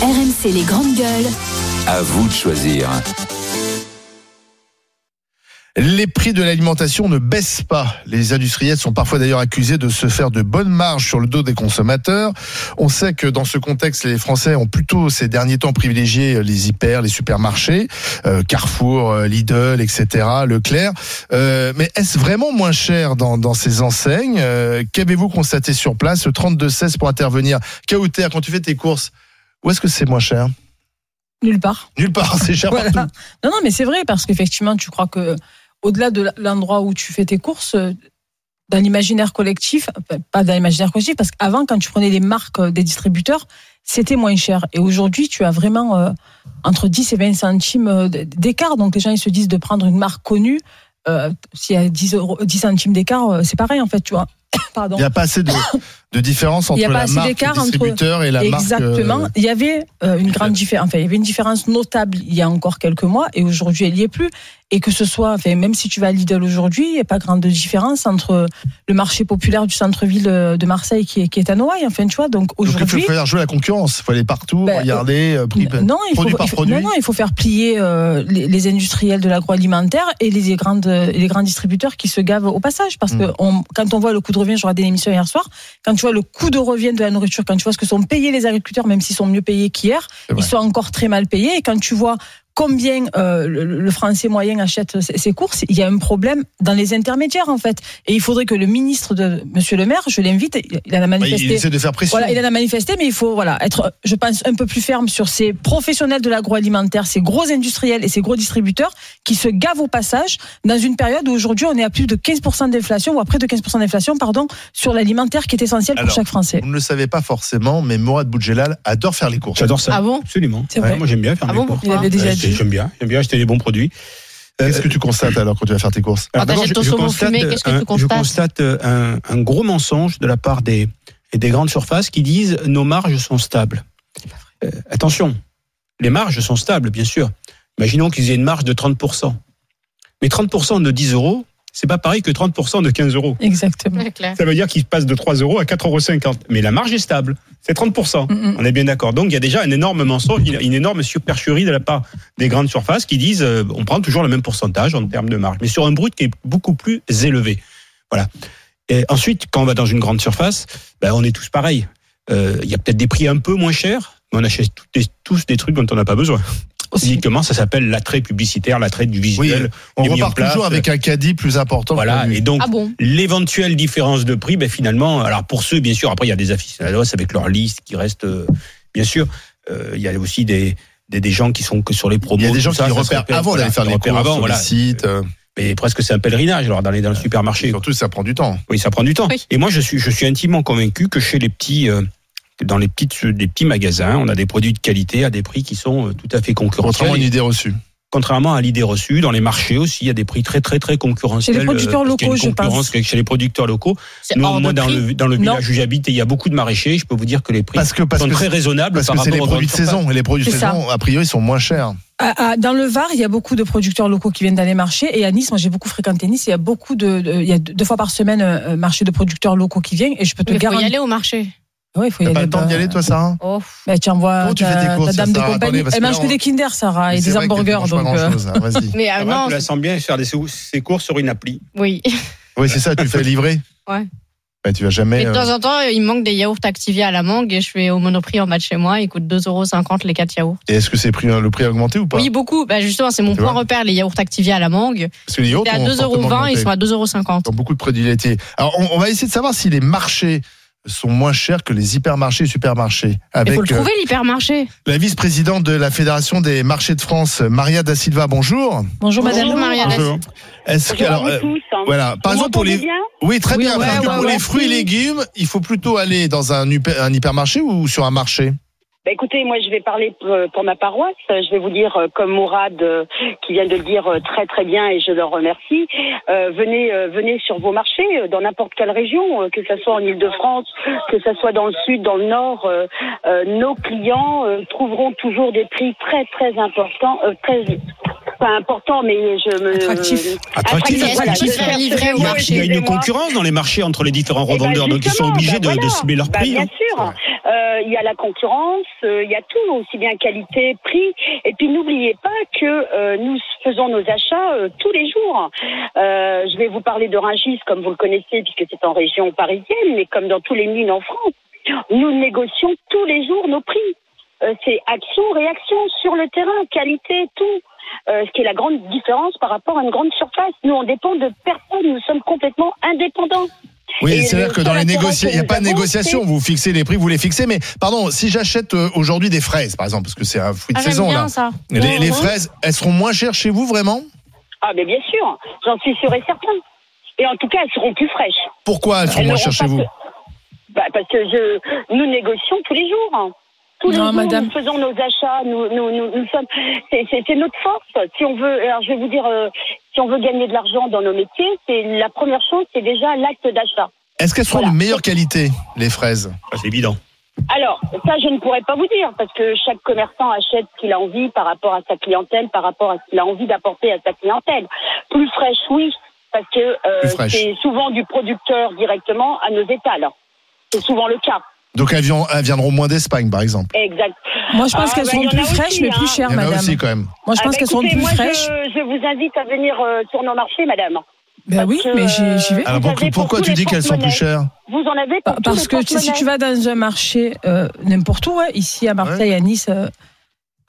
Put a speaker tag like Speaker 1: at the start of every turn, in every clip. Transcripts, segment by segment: Speaker 1: RMC les grandes gueules.
Speaker 2: À vous de choisir.
Speaker 3: Les prix de l'alimentation ne baissent pas. Les industriels sont parfois d'ailleurs accusés de se faire de bonnes marges sur le dos des consommateurs. On sait que dans ce contexte, les Français ont plutôt ces derniers temps privilégié les hyper, les supermarchés, euh, Carrefour, euh, Lidl, etc., Leclerc. Euh, mais est-ce vraiment moins cher dans, dans ces enseignes Euh, Qu'avez-vous constaté sur place 32-16 pour intervenir. Kauter, quand tu fais tes courses, où est-ce que c'est moins cher
Speaker 4: Nulle part.
Speaker 3: Nulle part, c'est cher
Speaker 4: Voilà.
Speaker 3: partout.
Speaker 4: Non, non, mais c'est vrai, parce qu'effectivement, tu crois que au-delà de l'endroit où tu fais tes courses, euh, dans l'imaginaire collectif, enfin, pas dans l'imaginaire collectif, parce qu'avant, quand tu prenais les marques euh, des distributeurs, c'était moins cher. Et aujourd'hui, tu as vraiment euh, entre 10 et 20 centimes euh, d- d'écart. Donc les gens, ils se disent de prendre une marque connue. euh, S'il y a 10, euros- 10 centimes d'écart, euh, c'est pareil, en fait, tu vois. Pardon.
Speaker 3: Il n'y a pas assez de, de différence
Speaker 4: Il
Speaker 3: entre
Speaker 4: y a pas
Speaker 3: la
Speaker 4: assez
Speaker 3: marque
Speaker 4: d'écart
Speaker 3: du
Speaker 4: entre-
Speaker 3: distributeur et la
Speaker 4: Exactement.
Speaker 3: marque. euh,
Speaker 4: il y avait euh, une grande différence. Enfin, il y avait une différence notable il y a encore quelques mois et aujourd'hui elle n'y est plus. Et que ce soit, enfin, même si tu vas à Lidl aujourd'hui, il n'y a pas grande différence entre le marché populaire du centre-ville euh, de Marseille qui est, qui est à Noailles. Enfin, tu vois, donc
Speaker 3: Donc il faut
Speaker 4: aujourd'hui.
Speaker 3: faire jouer la concurrence, il faut aller partout,
Speaker 4: Ben,
Speaker 3: regarder, euh, prix-
Speaker 4: Non il, faut,
Speaker 3: produit par
Speaker 4: il faut-
Speaker 3: produit.
Speaker 4: non, non, il faut faire plier euh, les, les industriels de l'agroalimentaire et les, les grandes, euh, les grands distributeurs qui se gavent au passage. Parce que
Speaker 3: Mm.
Speaker 4: on- quand on voit le coût de revient, je regardais l'émission hier soir, quand tu vois le coût de revient de la nourriture, quand tu vois ce que sont payés les agriculteurs, même s'ils sont mieux payés qu'hier,
Speaker 3: C'est vrai.
Speaker 4: ils sont encore très mal payés. Et quand tu vois combien euh, le, le Français moyen achète ses, ses courses, il y a un problème dans les intermédiaires, en fait. Et il faudrait que le ministre de Monsieur le maire, je l'invite, il en a
Speaker 3: Bah, il- il
Speaker 4: manifesté.
Speaker 3: essaie de faire pression.
Speaker 4: Voilà, il en a manifesté, mais il faut voilà être, je pense, un peu plus ferme sur ces professionnels de l'agroalimentaire, ces gros industriels et ces gros distributeurs qui se gavent au passage dans une période où aujourd'hui on est à plus de 15% d'inflation ou à près de 15% d'inflation, pardon, sur l'alimentaire qui est essentiel pour
Speaker 3: Alors,
Speaker 4: chaque Français.
Speaker 3: Vous ne le savez pas forcément, mais Mourad Boudjelal adore faire les courses.
Speaker 5: J'adore ça.
Speaker 6: Ah bon
Speaker 5: Absolument.
Speaker 4: C'est
Speaker 5: Ouais,
Speaker 4: vrai.
Speaker 5: moi j'aime bien faire
Speaker 6: Ah
Speaker 5: mes
Speaker 6: bon
Speaker 5: courses.
Speaker 4: Il avait déjà
Speaker 3: euh,
Speaker 5: Ouais,
Speaker 4: dit.
Speaker 5: J'aime bien, j'aime bien acheter les bons produits. Euh,
Speaker 3: Qu'est-ce que tu constates alors quand tu vas faire tes courses
Speaker 5: Alors,
Speaker 6: Quand
Speaker 5: d'abord,
Speaker 6: Ah, t'achètes ton saumon fumé, qu'est-ce que tu
Speaker 5: un- hein, je
Speaker 6: constates
Speaker 5: constate euh, un, un gros mensonge de la part des, et des grandes surfaces qui disent nos marges sont stables. Euh, attention, les marges sont stables, bien sûr. Imaginons qu'ils aient une marge de 30%. Mais 30% de 10 euros, c'est pas pareil que 30% de 15 euros.
Speaker 4: Exactement.
Speaker 6: clair.
Speaker 5: Ça veut dire qu'ils passent de 3 euros à 4,50 euros. Mais la marge est stable. C'est 30%.
Speaker 4: Mm, mm.
Speaker 5: On est bien d'accord. Donc il y a déjà un énorme mensonge, une une énorme supercherie de la part des grandes surfaces qui disent euh, on prend toujours le même pourcentage en termes de marge, mais sur un brut qui est beaucoup plus élevé. Voilà. Et ensuite, quand on va dans une grande surface, ben, on est tous pareils. Euh, Il y a peut-être des prix un peu moins chers, mais on achète tous des, tous des trucs dont on n'a pas besoin.
Speaker 4: Aussi.
Speaker 5: Physiquement, ça s'appelle l'attrait publicitaire, l'attrait du visuel.
Speaker 3: On
Speaker 5: il est mis en
Speaker 3: repart
Speaker 5: place,
Speaker 3: toujours avec un caddie plus important.
Speaker 5: Voilà.
Speaker 3: que lui.
Speaker 5: Et donc,
Speaker 6: Ah bon
Speaker 5: L'éventuelle différence de prix, ben finalement, alors pour ceux, bien sûr, après il y a des aficionados avec leur liste qui reste, euh, bien sûr, Euh, il y a aussi des, des, des gens qui sont que sur les promos.
Speaker 3: il y a des
Speaker 5: tout
Speaker 3: gens
Speaker 5: ça,
Speaker 3: qui
Speaker 5: ça se
Speaker 3: repèrent
Speaker 5: repère,
Speaker 3: avant
Speaker 5: voilà,
Speaker 3: d'aller faire
Speaker 5: qui
Speaker 3: les
Speaker 5: repèrent
Speaker 3: courses
Speaker 5: avant,
Speaker 3: sur
Speaker 5: voilà.
Speaker 3: les sites. euh,
Speaker 5: Mais presque c'est un pèlerinage, alors d'aller dans le supermarché. quoi.
Speaker 3: Surtout, ça prend du temps.
Speaker 5: Oui, ça prend du temps.
Speaker 6: Oui.
Speaker 5: Et moi, je suis, je suis intimement convaincu que chez les petits, euh, dans les petites, des petits magasins, on a des produits de qualité à des prix qui sont euh, tout à fait
Speaker 3: Contrairement à une
Speaker 5: concurrentiels.
Speaker 3: idée reçue.
Speaker 5: Contrairement à l'idée reçue, dans les marchés aussi, il y a des prix très, très, très concurrentiels.
Speaker 4: Chez les producteurs
Speaker 5: euh, parce qu'il y a une
Speaker 4: locaux, je
Speaker 5: concurrence Chez les producteurs locaux.
Speaker 6: C'est
Speaker 5: Nous,
Speaker 6: hors
Speaker 5: moi,
Speaker 6: de
Speaker 5: dans
Speaker 6: prix.
Speaker 5: le, dans le
Speaker 4: Non.
Speaker 5: village où j'habite, il y a beaucoup de maraîchers. Je peux vous dire que les prix
Speaker 3: Parce que parce
Speaker 5: sont
Speaker 3: que
Speaker 5: très raisonnables
Speaker 3: parce
Speaker 5: par
Speaker 3: que c'est
Speaker 5: rapport
Speaker 3: les
Speaker 5: aux
Speaker 3: produits de
Speaker 5: grandes surfaces.
Speaker 3: saison et les produits de
Speaker 4: C'est ça.
Speaker 3: saison a priori sont moins chers.
Speaker 4: À- à- dans le Var, il y a beaucoup de producteurs locaux qui viennent dans les marchés. Et à Nice, moi j'ai beaucoup fréquenté Nice. Il y a beaucoup de, de- il y a deux deux fois par semaine un un marché de producteurs locaux qui viennent. Et je peux te
Speaker 6: Il faut y
Speaker 4: garantir.
Speaker 6: aller au marché.
Speaker 4: Ouais, il faut y
Speaker 3: T'as
Speaker 4: aller.
Speaker 3: pas le temps d'y
Speaker 4: bah,
Speaker 3: aller, toi, Sarah
Speaker 6: Oh.
Speaker 4: bah, tu envoies
Speaker 3: Comment tu
Speaker 4: ta-
Speaker 3: fais tes
Speaker 4: ta
Speaker 3: courses,
Speaker 4: dame de
Speaker 3: Sarah
Speaker 4: compagnie.
Speaker 3: Attendez,
Speaker 7: Eh
Speaker 3: parce
Speaker 4: Elle
Speaker 7: ben,
Speaker 3: que
Speaker 4: mange
Speaker 3: là,
Speaker 4: que
Speaker 3: on-
Speaker 4: des Kinder, Sarah,
Speaker 3: Mais
Speaker 6: Ah,
Speaker 4: et
Speaker 3: c'est
Speaker 4: des
Speaker 3: vrai que tu
Speaker 4: hamburgers.
Speaker 3: manges pas
Speaker 4: Donc, euh,
Speaker 3: grand-chose, hein, Vas-y.
Speaker 7: Ah
Speaker 6: Mais euh, non,
Speaker 5: Tu la sens bah, bien faire des sou- ses courses sur une appli.
Speaker 6: oui.
Speaker 3: Oui, c'est ça. Tu fais livrer.
Speaker 6: Ouais.
Speaker 3: Bah, tu vas
Speaker 6: Mais
Speaker 3: jamais.
Speaker 6: de
Speaker 3: euh,
Speaker 6: temps en temps, il manque des yaourts activés à la mangue et je vais au Monoprix en bas de chez moi. Ils coûtent 2,50€ les 4 yaourts.
Speaker 3: Et est-ce que c'est pris- le prix a augmenté ou pas
Speaker 6: Oui, beaucoup. Bah, justement, c'est mon
Speaker 3: Tu
Speaker 6: point
Speaker 3: vois
Speaker 6: repère, les yaourts activés à la mangue.
Speaker 3: Parce que les yaourts
Speaker 6: C'est à
Speaker 3: ont fortement
Speaker 6: 2,20€, ils
Speaker 3: augmenté.
Speaker 6: sont à 2,50€.
Speaker 3: dans beaucoup de produits laitiers. Alors, on, on va essayer de savoir si les marchés sont moins chers que les hypermarchés et supermarchés.
Speaker 6: Il
Speaker 3: Avec
Speaker 6: faut le
Speaker 3: euh,
Speaker 6: trouver, l'hypermarché.
Speaker 3: la vice-présidente de la Fédération des marchés de France, Maria Da Silva, bonjour.
Speaker 4: Bonjour, madame.
Speaker 6: Bonjour, Maria.
Speaker 5: Bonjour.
Speaker 3: Est-ce que, alors, euh,
Speaker 7: hein.
Speaker 3: voilà, par exemple, pour les, oui, très bien, parce que pour les fruits et légumes, il faut plutôt aller dans un, hyper- un hypermarché ou sur un marché?
Speaker 7: Bah, écoutez, moi je vais parler pour, pour ma paroisse. Je vais vous dire, euh, comme Mourad euh, qui vient de le dire euh, très très bien et je le remercie, euh, venez euh, venez sur vos marchés euh, dans n'importe quelle région, euh, que ce soit en Ile-de-France, que ce soit dans le sud, dans le nord. euh, euh, nos clients euh, trouveront toujours des prix très très importants, euh, très pas importants, mais je me
Speaker 4: Attractifs.
Speaker 3: Ah,
Speaker 5: Attractif.
Speaker 7: Attractifs,
Speaker 5: attractif.
Speaker 6: Attractif,
Speaker 7: je-
Speaker 6: livré au
Speaker 5: Il y a- il y a une
Speaker 7: Excusez-moi.
Speaker 5: concurrence dans les marchés entre les différents
Speaker 7: Eh ben,
Speaker 5: revendeurs, donc ils sont
Speaker 7: justement,
Speaker 5: obligés
Speaker 7: bah
Speaker 5: de, de
Speaker 7: voilà.
Speaker 5: cibler leurs
Speaker 7: Bah,
Speaker 5: prix.
Speaker 7: Bien
Speaker 5: hein.
Speaker 7: sûr. euh, il y a la concurrence, euh, il y a tout, aussi bien qualité, prix. Et puis n'oubliez pas que euh, nous faisons nos achats euh, tous les jours. Euh, je vais vous parler de Rungis, comme vous le connaissez, puisque c'est en région parisienne, mais comme dans tous les mines en France, nous négocions tous les jours nos prix. Euh, c'est action, réaction sur le terrain, qualité, tout. Euh, ce qui est la grande différence par rapport à une grande surface. Nous, on dépend de personne, nous sommes complètement indépendants.
Speaker 3: Oui,
Speaker 7: Et
Speaker 3: c'est-à-dire
Speaker 7: le
Speaker 3: que dans les
Speaker 7: seul intérêt
Speaker 3: négociations,
Speaker 7: que
Speaker 3: il n'y a
Speaker 7: nous
Speaker 3: pas de
Speaker 7: avons,
Speaker 3: négociation.
Speaker 7: c'est-
Speaker 3: Vous fixez les prix, vous les fixez. Mais pardon, si j'achète euh, aujourd'hui des fraises, par exemple, parce que c'est un fruit de
Speaker 6: Ah, j'aime
Speaker 3: saison
Speaker 6: bien
Speaker 3: là,
Speaker 6: ça.
Speaker 3: les, les
Speaker 7: Mhm.
Speaker 3: fraises, elles seront moins chères chez vous vraiment
Speaker 7: Ah, mais bien sûr, j'en suis sûre et certain. Et en tout cas, elles seront plus fraîches.
Speaker 3: Pourquoi elles seront
Speaker 7: Elles
Speaker 3: moins
Speaker 7: n'auront
Speaker 3: chères chez
Speaker 7: pas
Speaker 3: vous
Speaker 7: que- Bah, Parce que je... nous négocions tous les jours. hein. Tous les
Speaker 4: Non,
Speaker 7: jours,
Speaker 4: madame.
Speaker 7: nous faisons nos achats, nous, nous, nous, nous sommes. C'est, c'est- c'est notre force. Si on veut, alors je vais vous dire, euh, si on veut gagner de l'argent dans nos métiers, c'est la première chose, c'est déjà l'acte d'achat.
Speaker 3: Est-ce qu'elles seront
Speaker 7: Voilà.
Speaker 3: de meilleure qualité, les fraises
Speaker 5: Ah, C'est évident.
Speaker 7: Alors, ça, je ne pourrais pas vous dire, parce que chaque commerçant achète ce qu'il a envie par rapport à sa clientèle, par rapport à ce qu'il a envie d'apporter à sa clientèle. Plus fraîche, oui, parce que
Speaker 3: Plus
Speaker 7: euh,
Speaker 3: fraîche.
Speaker 7: c'est souvent du producteur directement à nos étals. C'est souvent le cas.
Speaker 3: Donc elles, vient- elles viendront moins d'Espagne, par exemple.
Speaker 7: Exact.
Speaker 4: Moi, je pense
Speaker 7: Ah,
Speaker 4: qu'elles
Speaker 7: bah,
Speaker 4: seront
Speaker 7: il y en
Speaker 4: plus
Speaker 7: a aussi,
Speaker 4: fraîches, mais
Speaker 7: hein.
Speaker 4: plus
Speaker 3: Il
Speaker 4: chères,
Speaker 3: y en a
Speaker 4: madame.
Speaker 3: aussi quand même.
Speaker 4: Moi, je pense
Speaker 7: Ah, bah,
Speaker 4: qu'elles seront
Speaker 7: écoutez,
Speaker 4: plus
Speaker 7: moi,
Speaker 4: fraîches.
Speaker 7: Je, je vous invite à venir euh, sur nos marchés, madame.
Speaker 4: Ben
Speaker 7: parce
Speaker 4: oui,
Speaker 7: que,
Speaker 4: mais j'y j'y vais.
Speaker 7: euh,
Speaker 3: Alors
Speaker 7: Vous
Speaker 3: pourquoi-
Speaker 7: avez pour
Speaker 3: pourquoi
Speaker 7: tous
Speaker 3: tu
Speaker 7: les
Speaker 3: dis qu'elles sont plus
Speaker 7: porte-monnaies.
Speaker 3: chères
Speaker 7: Vous en avez pour
Speaker 4: Pa- Ah, Parce que tu sais, si tu vas dans un marché, euh, n'importe où, hein, ici à Marseille, à Nice. euh,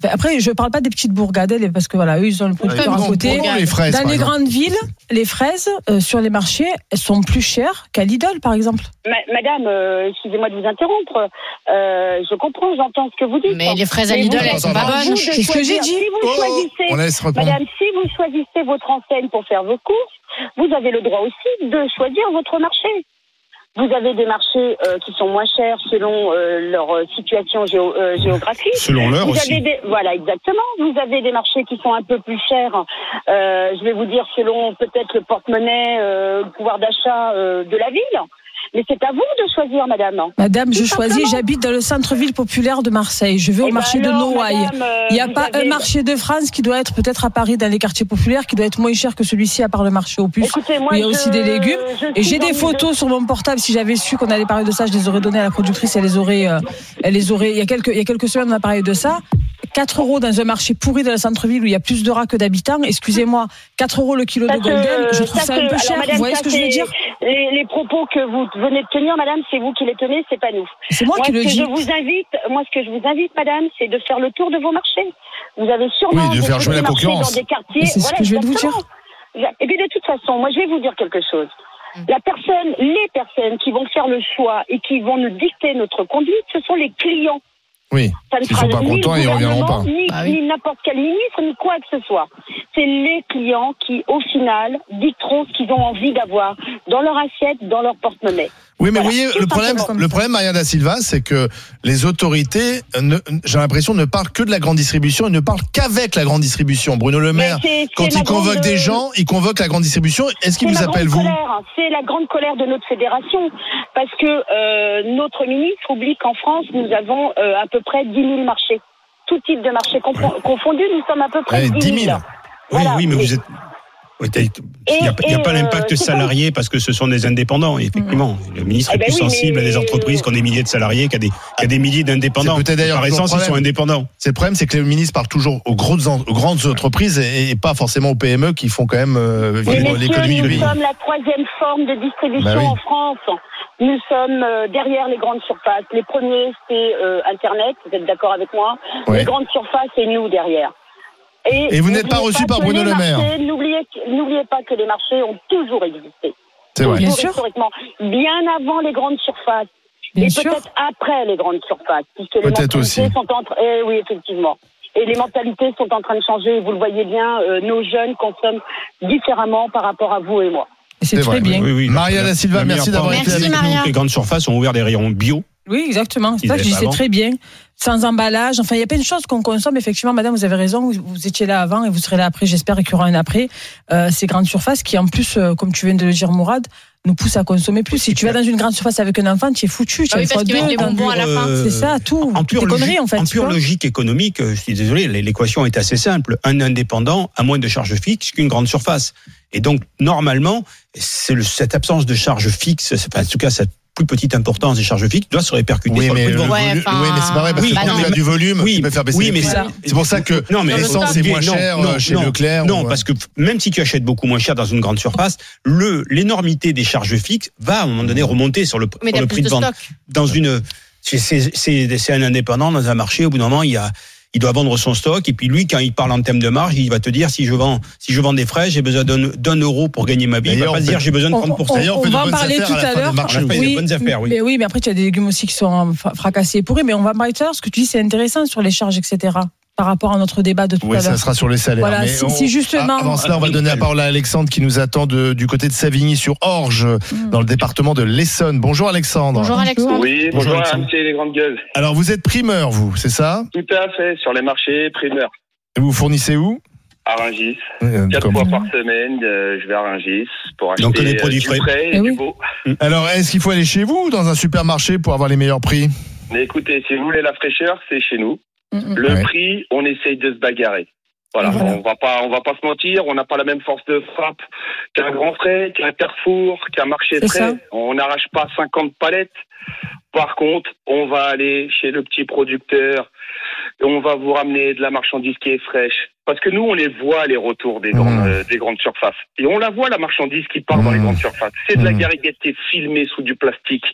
Speaker 4: enfin, après, je parle pas des petites bourgades, elles, parce que voilà, eux, ils ont le
Speaker 3: Elles
Speaker 4: producteur à
Speaker 3: vendent
Speaker 4: côté.
Speaker 3: pourquoi Ah, les fraises,
Speaker 4: Dans
Speaker 3: par
Speaker 4: les
Speaker 3: exemple
Speaker 4: grandes villes, les fraises euh, sur les marchés, elles sont plus chères qu'à Lidl, par exemple.
Speaker 7: Ma- Madame, euh, excusez-moi de vous interrompre. Euh, je comprends, j'entends ce que vous dites.
Speaker 6: Mais les fraises à
Speaker 7: Mais
Speaker 6: Lidl,
Speaker 7: vous-
Speaker 6: elles sont
Speaker 3: Attends,
Speaker 6: pas
Speaker 7: vous
Speaker 6: bonnes.
Speaker 7: de
Speaker 4: C'est ce que j'ai
Speaker 7: choisir.
Speaker 4: dit.
Speaker 7: Si vous
Speaker 3: Oh,
Speaker 7: choisissez
Speaker 3: On laisse répondre.
Speaker 7: Madame, si vous choisissez votre enseigne pour faire vos courses, vous avez le droit aussi de choisir votre marché. Vous avez des marchés euh, qui sont moins chers selon euh, leur euh, situation géo- euh, géographique.
Speaker 5: Selon l'heure
Speaker 7: Vous
Speaker 5: aussi.
Speaker 7: avez des, voilà, exactement. Vous avez des marchés qui sont un peu plus chers. euh, je vais vous dire selon peut-être le porte-monnaie, euh, le pouvoir d'achat euh, de la ville. Mais c'est à vous de choisir, madame.
Speaker 4: Madame, je
Speaker 7: Tout
Speaker 4: choisis,
Speaker 7: simplement.
Speaker 4: j'habite dans le centre-ville populaire de Marseille. Je vais au
Speaker 7: Eh ben
Speaker 4: marché de
Speaker 7: alors,
Speaker 4: Noailles.
Speaker 7: madame, euh,
Speaker 4: Il n'y a
Speaker 7: vous
Speaker 4: pas
Speaker 7: avez-
Speaker 4: un marché de France qui doit être peut-être à Paris dans les quartiers populaires qui doit être moins cher que celui-ci à part le marché aux puces.
Speaker 7: Écoutez, moi,
Speaker 4: Il y a
Speaker 7: je-
Speaker 4: aussi des légumes.
Speaker 7: je
Speaker 4: Et
Speaker 7: suis
Speaker 4: j'ai
Speaker 7: dans
Speaker 4: des
Speaker 7: une-
Speaker 4: photos sur mon portable. Si j'avais su qu'on allait parler de ça, je les aurais données à la productrice. Elle les aurait, euh, elle les aurait. Il y a quelques, il y a quelques semaines, on a parlé de ça. 4 euros dans un marché pourri de la centre-ville où il y a plus de rats que d'habitants. Excusez-moi, 4 euros le kilo
Speaker 7: Ça,
Speaker 4: de golden,
Speaker 7: c'est-
Speaker 4: je trouve
Speaker 7: ça,
Speaker 4: ça
Speaker 7: c'est-
Speaker 4: un peu
Speaker 7: alors,
Speaker 4: cher.
Speaker 7: madame,
Speaker 4: Vous voyez
Speaker 7: ça,
Speaker 4: ce que je veux
Speaker 7: c'est-
Speaker 4: dire
Speaker 7: les, les propos que vous venez de tenir, madame, c'est vous qui les tenez, c'est pas nous.
Speaker 4: C'est moi
Speaker 7: Moi,
Speaker 4: qui
Speaker 7: ce
Speaker 4: le
Speaker 7: que
Speaker 4: dis.
Speaker 7: je vous invite, moi, ce que je vous invite, madame, c'est de faire le tour de vos marchés. Vous avez sûrement
Speaker 3: Oui, de
Speaker 7: des-
Speaker 3: faire jouer
Speaker 7: des
Speaker 3: la
Speaker 7: marchés
Speaker 3: concurrence.
Speaker 7: dans des quartiers.
Speaker 4: Mais c'est ce que je viens de vous dire.
Speaker 7: exactement. Et puis de toute façon, moi, je vais vous dire quelque chose.
Speaker 4: Mm.
Speaker 7: La personne, les personnes qui vont faire le choix et qui vont nous dicter notre conduite, ce sont les clients.
Speaker 3: Oui.
Speaker 7: Ça ne
Speaker 3: S'ils
Speaker 7: sera
Speaker 3: sont pas
Speaker 7: ni le
Speaker 3: contents, ils reviendront
Speaker 7: gouvernement,
Speaker 3: pas.
Speaker 7: Ni,
Speaker 6: Bah oui.
Speaker 7: ni n'importe quel ministre, ni quoi que ce soit. C'est les clients qui, au final, dicteront ce qu'ils ont envie d'avoir dans leur assiette, dans leur porte-monnaie.
Speaker 3: Oui, mais
Speaker 7: Voilà,
Speaker 3: vous voyez,
Speaker 7: tout
Speaker 3: le problème,
Speaker 7: simplement.
Speaker 3: le problème, Maria da Silva, c'est que les autorités, ne- j'ai l'impression, ne parlent que de la grande distribution et ne parlent qu'avec la grande distribution. Bruno Le Maire,
Speaker 7: Mais c'est-
Speaker 3: quand
Speaker 7: c'est
Speaker 3: il
Speaker 7: ma
Speaker 3: convoque
Speaker 7: grande- euh,
Speaker 3: des gens, il convoque la grande distribution. Est-ce qu'il vous
Speaker 7: C'est ma
Speaker 3: appelle,
Speaker 7: grande
Speaker 3: vous
Speaker 7: colère, C'est la grande colère de notre fédération. Parce que euh, notre ministre oublie qu'en France, nous avons euh, à peu près 10 000 marchés. Tout type de marché compro- confondu, nous sommes à peu près
Speaker 3: Ouais,
Speaker 7: 10 000.
Speaker 3: 10 000.
Speaker 5: Oui,
Speaker 7: Voilà.
Speaker 5: oui, mais vous êtes. ouais, t'as- Il n'y a, il y a
Speaker 7: et,
Speaker 5: pas
Speaker 7: euh,
Speaker 5: l'impact
Speaker 7: c'est pas-
Speaker 5: salarié parce que ce sont des indépendants, et effectivement. Le ministre
Speaker 7: Eh
Speaker 5: est
Speaker 7: ben
Speaker 5: plus
Speaker 7: oui,
Speaker 5: sensible
Speaker 7: mais-
Speaker 5: à
Speaker 7: euh,
Speaker 5: des entreprises qui ont des milliers de salariés qu'à des, qu'à des milliers d'indépendants.
Speaker 3: C'est peut-être d'ailleurs
Speaker 5: Par
Speaker 3: toujours le
Speaker 5: essence, ils sont
Speaker 3: problème.
Speaker 5: indépendants.
Speaker 3: C'est le problème, c'est que les ministres parlent toujours aux, grosses en- aux grandes entreprises et, et pas forcément aux PME qui font quand même euh,
Speaker 7: Mais
Speaker 3: vivre l'économie du
Speaker 7: messieurs, nous
Speaker 3: pays.
Speaker 7: sommes la troisième forme de distribution
Speaker 3: Bah oui.
Speaker 7: en France. Nous sommes euh, derrière les grandes surfaces. Les premiers, c'est euh, Internet, vous êtes d'accord avec moi
Speaker 3: Ouais.
Speaker 7: Les grandes surfaces et nous derrière.
Speaker 3: Et vous n'êtes
Speaker 7: n'oubliez
Speaker 3: pas reçu par
Speaker 7: que
Speaker 3: Bruno
Speaker 7: les
Speaker 3: Le Maire.
Speaker 7: marchés- N'oubliez n'oubliez pas que les marchés ont toujours existé.
Speaker 3: C'est vrai.
Speaker 4: Bien
Speaker 7: Toujours
Speaker 4: sûr.
Speaker 7: historiquement. Bien avant les grandes surfaces.
Speaker 4: Bien
Speaker 7: et
Speaker 4: sûr.
Speaker 7: peut-être après les grandes surfaces. Puisque les
Speaker 3: Peut-être
Speaker 7: mentalités
Speaker 3: aussi.
Speaker 7: Sont en train- eh oui, effectivement. Et les mentalités sont en train de changer. Vous le voyez bien, euh, nos jeunes consomment différemment par rapport à vous et moi.
Speaker 4: Et C'est
Speaker 3: C'est
Speaker 4: très
Speaker 3: vrai.
Speaker 4: bien.
Speaker 5: Oui, oui, la-
Speaker 3: Maria da Silva,
Speaker 5: la
Speaker 3: merci
Speaker 5: meilleure
Speaker 3: d'avoir
Speaker 5: part,
Speaker 6: été
Speaker 5: c'est
Speaker 6: avec
Speaker 5: que
Speaker 6: nous.
Speaker 5: Les grandes surfaces ont ouvert des rayons bio.
Speaker 4: Oui, exactement. C'est
Speaker 5: Ils
Speaker 4: ça que je
Speaker 5: avaient
Speaker 4: dis,
Speaker 5: pas
Speaker 4: c'est
Speaker 5: avant.
Speaker 4: très bien. Sans emballage. Enfin, il y a plein de choses qu'on consomme. Effectivement, madame, vous avez raison. Vous, vous étiez là avant et vous serez là après. J'espère et qu'il y aura un après. Euh, ces grandes surfaces qui, en plus, euh, comme tu viens de le dire, Mourad, nous poussent à consommer plus. Si tu vas dans une grande surface avec un enfant, tu es foutu. Tu
Speaker 6: Ah
Speaker 4: as
Speaker 6: oui,
Speaker 4: une
Speaker 6: parce
Speaker 4: fois
Speaker 6: qu'ils mettent
Speaker 4: deux,
Speaker 6: les
Speaker 4: dans-
Speaker 6: bonbons à la fin.
Speaker 5: Euh,
Speaker 4: C'est ça, tout.
Speaker 5: En
Speaker 4: Toutes
Speaker 5: pure,
Speaker 4: les Ah, conneries,
Speaker 5: logique,
Speaker 4: en fait.
Speaker 5: en
Speaker 4: tu
Speaker 5: pure
Speaker 4: vois.
Speaker 5: logique économique, euh, je suis désolé, l'é- l'équation est assez simple. Un indépendant a moins de charges fixes qu'une grande surface. Et donc, normalement, c'est le- cette absence de charges fixes, c'est- enfin, en tout cas, cette plus petite importance des charges fixes doit se répercuter
Speaker 3: Oui,
Speaker 5: sur
Speaker 3: mais,
Speaker 5: le prix de
Speaker 3: le
Speaker 5: vente.
Speaker 6: Ouais,
Speaker 3: volu-
Speaker 6: enfin,
Speaker 3: oui, mais c'est pas vrai parce
Speaker 5: oui, bah
Speaker 3: que quand
Speaker 5: non,
Speaker 3: tu as
Speaker 5: mais-
Speaker 3: du volume,
Speaker 5: oui,
Speaker 3: tu peux faire baisser
Speaker 5: oui,
Speaker 3: les
Speaker 5: mais
Speaker 3: prix.
Speaker 5: ça-
Speaker 3: C'est pour ça que
Speaker 5: Non, mais
Speaker 3: l'essence est moins
Speaker 5: Non,
Speaker 3: chère
Speaker 5: non,
Speaker 3: euh, chez
Speaker 5: non,
Speaker 3: Leclerc.
Speaker 5: Non,
Speaker 3: ou-
Speaker 5: parce que f- même si tu achètes beaucoup moins cher dans une grande surface, le l'énormité des charges fixes va à un moment donné remonter sur le,
Speaker 6: Mais
Speaker 5: sur
Speaker 6: t'as
Speaker 5: le
Speaker 6: plus
Speaker 5: prix
Speaker 6: de
Speaker 5: de vente.
Speaker 6: stock.
Speaker 5: Dans une, c'est- c'est c'est- c'est un indépendant dans un marché. Au bout d'un moment, il y a il doit vendre son stock et puis lui, quand il parle en termes de marge, il va te dire si je vends, si je vends des frais, j'ai besoin d'un d'un euro pour gagner ma vie. Il va
Speaker 3: D'ailleurs,
Speaker 5: pas
Speaker 3: on
Speaker 5: se dire
Speaker 3: fait-
Speaker 5: j'ai besoin de
Speaker 4: On,
Speaker 5: 30
Speaker 4: on-
Speaker 3: D'ailleurs, on
Speaker 4: on
Speaker 3: fait de
Speaker 4: va en
Speaker 3: bonnes
Speaker 4: parler
Speaker 3: affaires
Speaker 4: tout
Speaker 3: à la
Speaker 4: à
Speaker 3: fin
Speaker 4: l'heure.
Speaker 3: du marché.
Speaker 5: On a fait des bonnes affaires, oui.
Speaker 4: Mais oui, mais après, tu as des légumes aussi qui sont fra- fracassés et pourris. Mais on va en parler tout à l'heure. Ce que tu dis, c'est intéressant sur les charges, etc. Par rapport à notre débat de tout
Speaker 3: Oui,
Speaker 4: à
Speaker 3: ça
Speaker 4: l'heure.
Speaker 3: sera sur les salaires.
Speaker 4: Voilà,
Speaker 3: mais
Speaker 4: si-
Speaker 3: on-
Speaker 4: si justement-
Speaker 3: Ah, Avant cela, on va donner la parole à Alexandre qui nous attend de- du côté de Savigny sur Orge,
Speaker 4: Mm.
Speaker 3: dans le département de l'Essonne. Bonjour Alexandre.
Speaker 6: Bonjour Alexandre.
Speaker 1: Oui,
Speaker 3: Bonjour,
Speaker 1: bonjour, à
Speaker 3: Alexandre.
Speaker 1: MC les grandes gueules.
Speaker 3: Alors vous êtes primeur, vous, c'est ça
Speaker 1: Tout à fait, sur les marchés, primeur.
Speaker 3: Et Vous fournissez où
Speaker 1: À Rungis,
Speaker 3: Euh,
Speaker 1: quatre
Speaker 3: comment
Speaker 1: fois par semaine, euh, je vais à Rungis pour acheter
Speaker 5: Donc, que des
Speaker 1: euh,
Speaker 5: produits
Speaker 1: du
Speaker 5: frais.
Speaker 1: frais et
Speaker 4: Eh
Speaker 1: du
Speaker 4: oui.
Speaker 1: beau.
Speaker 3: Alors est-ce qu'il faut aller chez vous ou dans un supermarché pour avoir les meilleurs prix
Speaker 1: Mais écoutez, si vous voulez la fraîcheur, c'est chez nous.
Speaker 4: Mm, mm.
Speaker 1: Le
Speaker 3: Ouais.
Speaker 1: prix, on essaye de se bagarrer. Voilà,
Speaker 4: Voilà.
Speaker 1: on va pas, on va pas se mentir, on n'a pas la même force de frappe qu'un grand frais, qu'un Carrefour, qu'un marché
Speaker 4: C'est ça.
Speaker 1: frais. On n'arrache pas 50 palettes. Par contre, on va aller chez le petit producteur et on va vous ramener de la marchandise qui est fraîche. Parce que nous, on les voit les retours des grandes,
Speaker 3: Mmh.
Speaker 1: euh, des grandes surfaces. Et on la voit la marchandise qui part dans les
Speaker 3: Mmh.
Speaker 1: grandes surfaces. C'est de la
Speaker 3: Mmh.
Speaker 1: gariguette qui est filmée sous du plastique.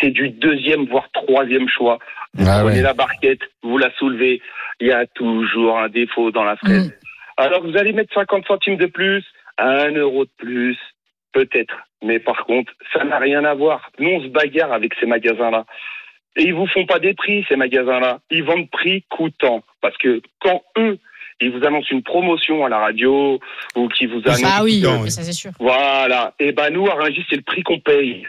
Speaker 1: C'est du deuxième voire troisième choix. Vous
Speaker 3: Ah
Speaker 1: prenez
Speaker 3: ouais.
Speaker 1: la barquette, vous la soulevez, il y a toujours un défaut dans la fraise.
Speaker 4: Mm.
Speaker 1: Alors vous allez mettre 50 centimes de plus, un euro de plus, peut-être. Mais par contre, ça n'a rien à voir. Nous, on se bagarre avec ces magasins-là. Et ils vous font pas des prix, ces magasins-là. Ils vendent prix coûtant. Parce que quand eux, ils vous annoncent une promotion à la radio ou qu'ils vous annoncent...
Speaker 6: Ah oui,
Speaker 5: Non,
Speaker 6: mais ça c'est sûr.
Speaker 1: Voilà. Et ben nous, à Rungis, c'est le prix qu'on paye.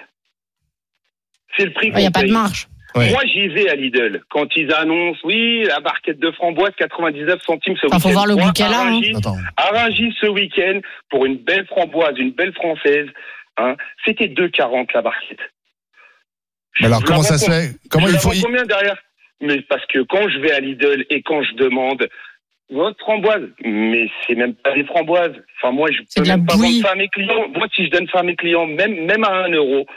Speaker 1: C'est le prix
Speaker 6: Il
Speaker 5: Ah,
Speaker 1: qu'on
Speaker 6: n'y a pas
Speaker 1: paye.
Speaker 6: de marge.
Speaker 3: Ouais.
Speaker 1: Moi, j'y vais à Lidl. Quand ils annoncent, oui, la barquette de framboise, 99 centimes ce
Speaker 6: Enfin,
Speaker 1: week-end.
Speaker 6: faut voir le
Speaker 1: Moi,
Speaker 6: goût qu'elle a,
Speaker 1: à
Speaker 6: hein.
Speaker 1: Rungis-
Speaker 3: Attends.
Speaker 1: À Rungis, ce week-end, pour une belle framboise, une belle française, hein, c'était 2,40 la barquette.
Speaker 3: Mais Alors
Speaker 1: Je
Speaker 3: comment
Speaker 1: la
Speaker 3: ça se
Speaker 1: rencontre-
Speaker 3: fait Comment
Speaker 1: je
Speaker 3: il
Speaker 1: la
Speaker 3: faut
Speaker 1: vends combien derrière Mais parce que quand je vais à Lidl et quand je demande votre framboise, mais c'est même pas des framboises. Enfin, moi, je
Speaker 6: C'est
Speaker 1: peux
Speaker 6: de la
Speaker 1: même pas
Speaker 6: bouillie.
Speaker 1: vendre ça à mes clients. Moi, si je donne ça à mes clients, même, même à un euro.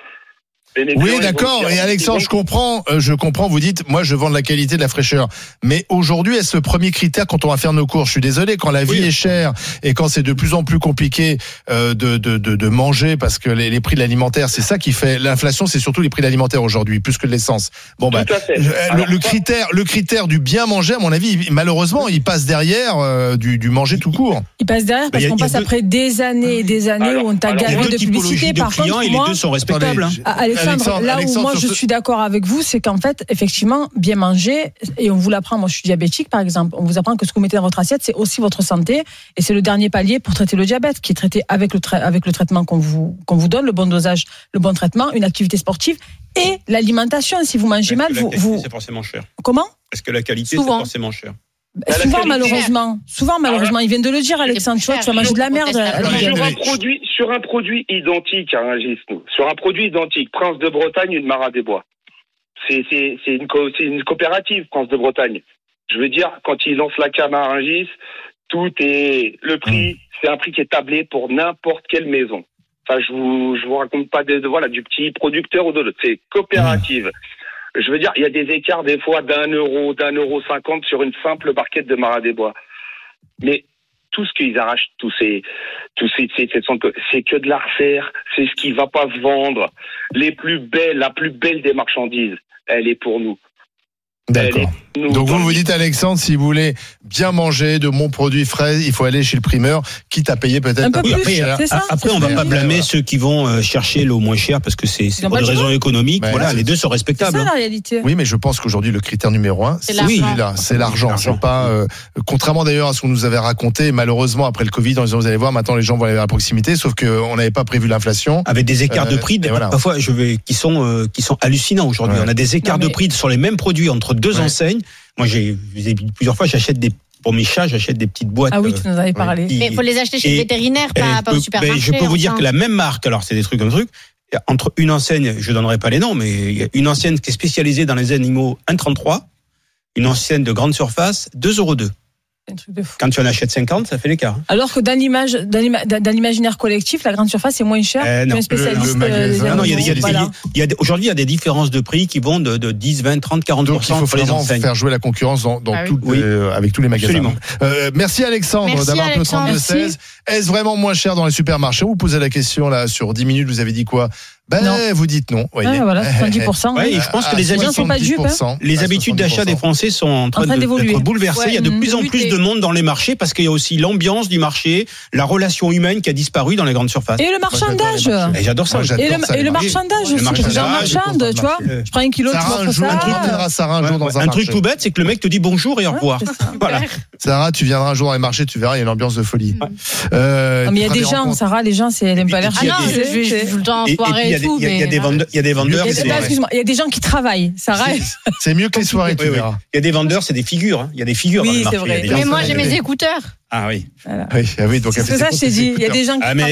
Speaker 1: mais mes clients, ils
Speaker 3: Oui,
Speaker 1: vont me
Speaker 3: d'accord.
Speaker 1: dire- hein,
Speaker 3: Et Alexandre,
Speaker 1: ils
Speaker 3: je
Speaker 1: vont-
Speaker 3: comprends, euh, je comprends. Vous dites, moi, je vends de la qualité, de la fraîcheur. Mais aujourd'hui, est-ce le premier critère quand on va faire nos cours Je suis désolé, quand la vie
Speaker 5: Oui.
Speaker 3: est chère et quand c'est de plus en plus compliqué euh, de, de, de, de manger, parce que les, les prix de l'alimentaire, c'est ça qui fait l'inflation. C'est surtout les prix de l'alimentaire aujourd'hui, plus que de l'essence. Bon ben,
Speaker 1: Tout à fait.
Speaker 3: je- euh, le,
Speaker 1: Alors,
Speaker 3: le
Speaker 1: ça-
Speaker 3: critère, le critère du bien manger, à mon avis, il- malheureusement, il passe derrière euh, du, du manger tout court.
Speaker 4: Il passe derrière
Speaker 5: Bah,
Speaker 4: parce
Speaker 5: y a-
Speaker 4: qu'on
Speaker 5: y a
Speaker 4: passe
Speaker 5: deux-
Speaker 4: après des années et des années
Speaker 1: Alors,
Speaker 4: où on t'a
Speaker 1: alors,
Speaker 5: Il y a
Speaker 4: gavé
Speaker 5: deux
Speaker 4: de
Speaker 5: typologies
Speaker 4: publicité.
Speaker 5: de
Speaker 4: Par
Speaker 5: clients
Speaker 4: contre,
Speaker 5: et les
Speaker 4: moi,
Speaker 5: deux sont respectables. hein.
Speaker 3: Attendez,
Speaker 4: Ah, Alexandre, là où
Speaker 3: Alexandre,
Speaker 4: moi
Speaker 3: sur
Speaker 4: je
Speaker 3: ce-
Speaker 4: suis d'accord avec vous, c'est qu'en fait, effectivement, bien manger, et on vous l'apprend, moi je suis diabétique par exemple, on vous apprend que ce que vous mettez dans votre assiette, c'est aussi votre santé, et c'est le dernier palier pour traiter le diabète, qui est traité avec le, trai- avec le traitement qu'on vous, qu'on vous donne, le bon dosage, le bon traitement, une activité sportive, et l'alimentation. Si vous mangez
Speaker 5: hein. Parce
Speaker 4: mal,
Speaker 5: que la
Speaker 4: vous...
Speaker 5: qualité,
Speaker 4: vous-
Speaker 5: C'est forcément cher.
Speaker 4: Comment
Speaker 5: Est-ce que la qualité, c'est
Speaker 6: Souvent.
Speaker 5: forcément cher Bah,
Speaker 1: la
Speaker 4: Souvent
Speaker 1: qualité.
Speaker 4: malheureusement, souvent malheureusement, ils viennent de le dire Alexandre, tu vois, tu vas manger de la merde.
Speaker 6: Alors,
Speaker 3: il y a
Speaker 1: sur
Speaker 3: des-
Speaker 1: un produit, sur un produit identique à Rungis, nous, sur un produit identique, Prince de Bretagne, une Mara des Bois. C'est c'est- c'est une, co- c'est une coopérative, Prince de Bretagne. Je veux dire, quand ils lancent la cam à Rungis, tout est le prix, c'est un prix qui est tablé pour n'importe quelle maison. Enfin, je vous je vous raconte pas de, de- voilà du petit producteur ou de l'autre. C'est coopérative. Je veux dire, il y a des écarts des fois d'un euro, d'un euro cinquante sur une simple barquette de Marat des Bois. Mais tout ce qu'ils arrachent, tous ces, tous ces, ces- ces centres, c'est que de l'artère, c'est ce qui va pas se vendre. Les plus belles, la plus belle des marchandises, elle est pour nous. Elle est
Speaker 3: D'accord.
Speaker 1: pour nous.
Speaker 3: Donc
Speaker 1: Dans
Speaker 3: vous vous
Speaker 1: le-
Speaker 3: dites Alexandre, si vous voulez bien manger de bons produits frais, il faut aller chez le primeur, quitte à payer peut-être
Speaker 4: Un
Speaker 3: peu
Speaker 4: peu plus,
Speaker 5: après, euh,
Speaker 3: cher.
Speaker 4: c'est ça
Speaker 5: Après,
Speaker 4: c'est
Speaker 5: on
Speaker 4: ce
Speaker 5: va
Speaker 4: que
Speaker 5: pas
Speaker 4: je dis.
Speaker 5: blâmer
Speaker 3: Voilà.
Speaker 5: ceux qui vont euh, chercher l'eau moins cher parce que c'est c'est
Speaker 4: ont
Speaker 5: pour
Speaker 4: pas le
Speaker 5: des raisons économiques.
Speaker 3: Bah,
Speaker 5: voilà,
Speaker 3: c'est-
Speaker 5: les deux sont
Speaker 4: C'est
Speaker 5: respectables.
Speaker 4: ça la réalité.
Speaker 3: Oui, mais je pense qu'aujourd'hui le critère numéro un,
Speaker 6: C'est
Speaker 3: c'est
Speaker 6: l'argent.
Speaker 3: celui-là, c'est l'argent.
Speaker 5: L'argent.
Speaker 3: C'est pas euh, contrairement d'ailleurs à ce qu'on nous avait raconté. Malheureusement, après le Covid, on disait vous allez voir, maintenant les gens vont aller à proximité, sauf qu'on n'avait pas prévu l'inflation.
Speaker 5: Avec des écarts
Speaker 3: Euh,
Speaker 5: de prix,
Speaker 3: et voilà.
Speaker 5: parfois je vais, qui sont euh, qui sont hallucinants aujourd'hui.
Speaker 3: Ouais.
Speaker 5: On a des écarts
Speaker 4: Non, mais-
Speaker 5: de prix sur les mêmes produits entre deux
Speaker 3: Ouais.
Speaker 5: enseignes. Moi, j'ai j'ai- plusieurs fois, j'achète des pour mes chats, j'achète des petites boîtes.
Speaker 4: Ah oui,
Speaker 5: euh,
Speaker 4: tu nous en avais parlé.
Speaker 5: qui-
Speaker 6: Mais il faut les acheter chez
Speaker 5: Et-
Speaker 6: le vétérinaire,
Speaker 5: Eh,
Speaker 6: pas,
Speaker 5: je
Speaker 6: pas
Speaker 5: peux-
Speaker 6: au
Speaker 5: ben,
Speaker 6: supermarché.
Speaker 5: Je peux vous dire
Speaker 6: enfin.
Speaker 5: que la même marque, alors c'est des trucs comme truc, entre une enseigne, je donnerai pas les noms, mais il y a une enseigne qui est spécialisée dans les animaux 1,33, une enseigne de grande surface 2,02 euros.
Speaker 4: C'est un truc de fou.
Speaker 5: Quand tu en achètes 50, ça fait l'écart. hein.
Speaker 4: Alors que dans l'image, dans l'ima- dans- dans l'imaginaire collectif, la grande surface est moins chère.
Speaker 5: Euh,
Speaker 4: qu'un
Speaker 5: non, le-
Speaker 4: spécialiste,
Speaker 3: le magasin-
Speaker 4: euh, des
Speaker 3: Ah
Speaker 5: Non, non, il y a, des- il y a des-
Speaker 4: animaux, voilà.
Speaker 5: il y a des- aujourd'hui, il y a des différences de prix qui vont de, de 10, 20, 30, 40
Speaker 3: Donc il faut
Speaker 5: pour les
Speaker 3: vraiment
Speaker 5: enseignes.
Speaker 3: faire jouer la concurrence dans, dans
Speaker 6: Ah oui.
Speaker 3: toutes les-
Speaker 5: Oui.
Speaker 3: euh, avec tous les magasins.
Speaker 5: Absolument.
Speaker 3: Euh, merci Alexandre
Speaker 6: Merci,
Speaker 3: d'avoir appelé au
Speaker 6: Alexandre.
Speaker 3: 32 16. Est-ce vraiment moins cher dans les supermarchés Vous posez la question là sur 10 minutes, vous avez dit quoi Ben
Speaker 4: Non.
Speaker 3: vous dites non. voyez.
Speaker 4: Ah, voilà, 70%.
Speaker 5: Ouais, et je pense que les habitudes,
Speaker 4: gens font pas de jupe, hein.
Speaker 3: 70%,
Speaker 5: les
Speaker 3: à
Speaker 5: habitudes
Speaker 3: 70%.
Speaker 5: d'achat des Français sont en train,
Speaker 4: En train
Speaker 5: de-
Speaker 4: d'évoluer.
Speaker 5: d'être bouleversées.
Speaker 4: Ouais,
Speaker 5: il y a de
Speaker 4: mm,
Speaker 5: plus en plus
Speaker 6: lutter.
Speaker 5: de monde dans les marchés parce qu'il y a aussi l'ambiance du marché, la relation humaine qui a disparu dans les grandes surfaces.
Speaker 4: Et le
Speaker 3: j'adore
Speaker 4: marchandage
Speaker 3: les marchés.
Speaker 5: Et J'adore ça.
Speaker 3: Moi, j'adore
Speaker 4: Et le,
Speaker 3: ça, les
Speaker 4: et le
Speaker 3: marchés.
Speaker 4: marchandage
Speaker 5: Le
Speaker 4: aussi, parce que j'ai un
Speaker 5: marchandage, les
Speaker 4: marchand,
Speaker 3: conteneurs
Speaker 4: tu vois.
Speaker 5: marchés.
Speaker 4: Je prends un kilo, tu
Speaker 3: Sarah, un
Speaker 4: m'offres
Speaker 3: jour, tu
Speaker 4: ça. Ah.
Speaker 3: viendras, Sarah, un jour dans un,
Speaker 5: un truc
Speaker 3: marché.
Speaker 5: tout bête, c'est que le mec te dit bonjour et au
Speaker 4: Ouais,
Speaker 5: revoir.
Speaker 4: c'est ça.
Speaker 5: Voilà.
Speaker 6: Ah
Speaker 3: Sarah, tu viendras un jour dans les marchés, tu verras, il y a une ambiance de folie.
Speaker 6: Ouais.
Speaker 3: Euh,
Speaker 4: Non, mais il y a
Speaker 3: tu
Speaker 4: des
Speaker 3: feras
Speaker 4: gens,
Speaker 3: rencontres.
Speaker 4: Sarah, les gens, c'est- elle n'aime pas l'air
Speaker 5: puis
Speaker 6: Ah
Speaker 5: il y a
Speaker 6: non,
Speaker 5: des-
Speaker 6: je vais je vais tout le temps en
Speaker 5: Et- et puis, il
Speaker 6: soirée
Speaker 5: y
Speaker 6: et,
Speaker 5: a des-
Speaker 6: tout.
Speaker 5: il y a- il y a
Speaker 6: mais-
Speaker 5: des vendeurs- il y a des vendeurs,
Speaker 4: Il y a-
Speaker 5: c'est-
Speaker 4: attends,
Speaker 5: ouais.
Speaker 4: excuse-moi, il y a des gens qui travaillent. Sarah,
Speaker 3: C'est- C'est mieux que les soirées, tu
Speaker 5: Oui, oui.
Speaker 3: verras.
Speaker 5: Il y a des vendeurs, c'est des figures. hein. Il y a des figures
Speaker 4: Oui,
Speaker 5: dans les
Speaker 4: c'est
Speaker 5: marchés. Il y a
Speaker 4: vrai.
Speaker 5: des gens
Speaker 6: Mais
Speaker 5: qui
Speaker 6: moi,
Speaker 5: sont
Speaker 6: j'ai
Speaker 5: arrivés.
Speaker 6: mes écouteurs.
Speaker 5: Ah oui.
Speaker 3: Oui, ah oui, donc
Speaker 4: c'est
Speaker 3: elle fait
Speaker 4: ça,
Speaker 3: ses courses,
Speaker 4: je t'ai dit.
Speaker 3: ses
Speaker 4: Il y a des gens qui
Speaker 5: Ah, mais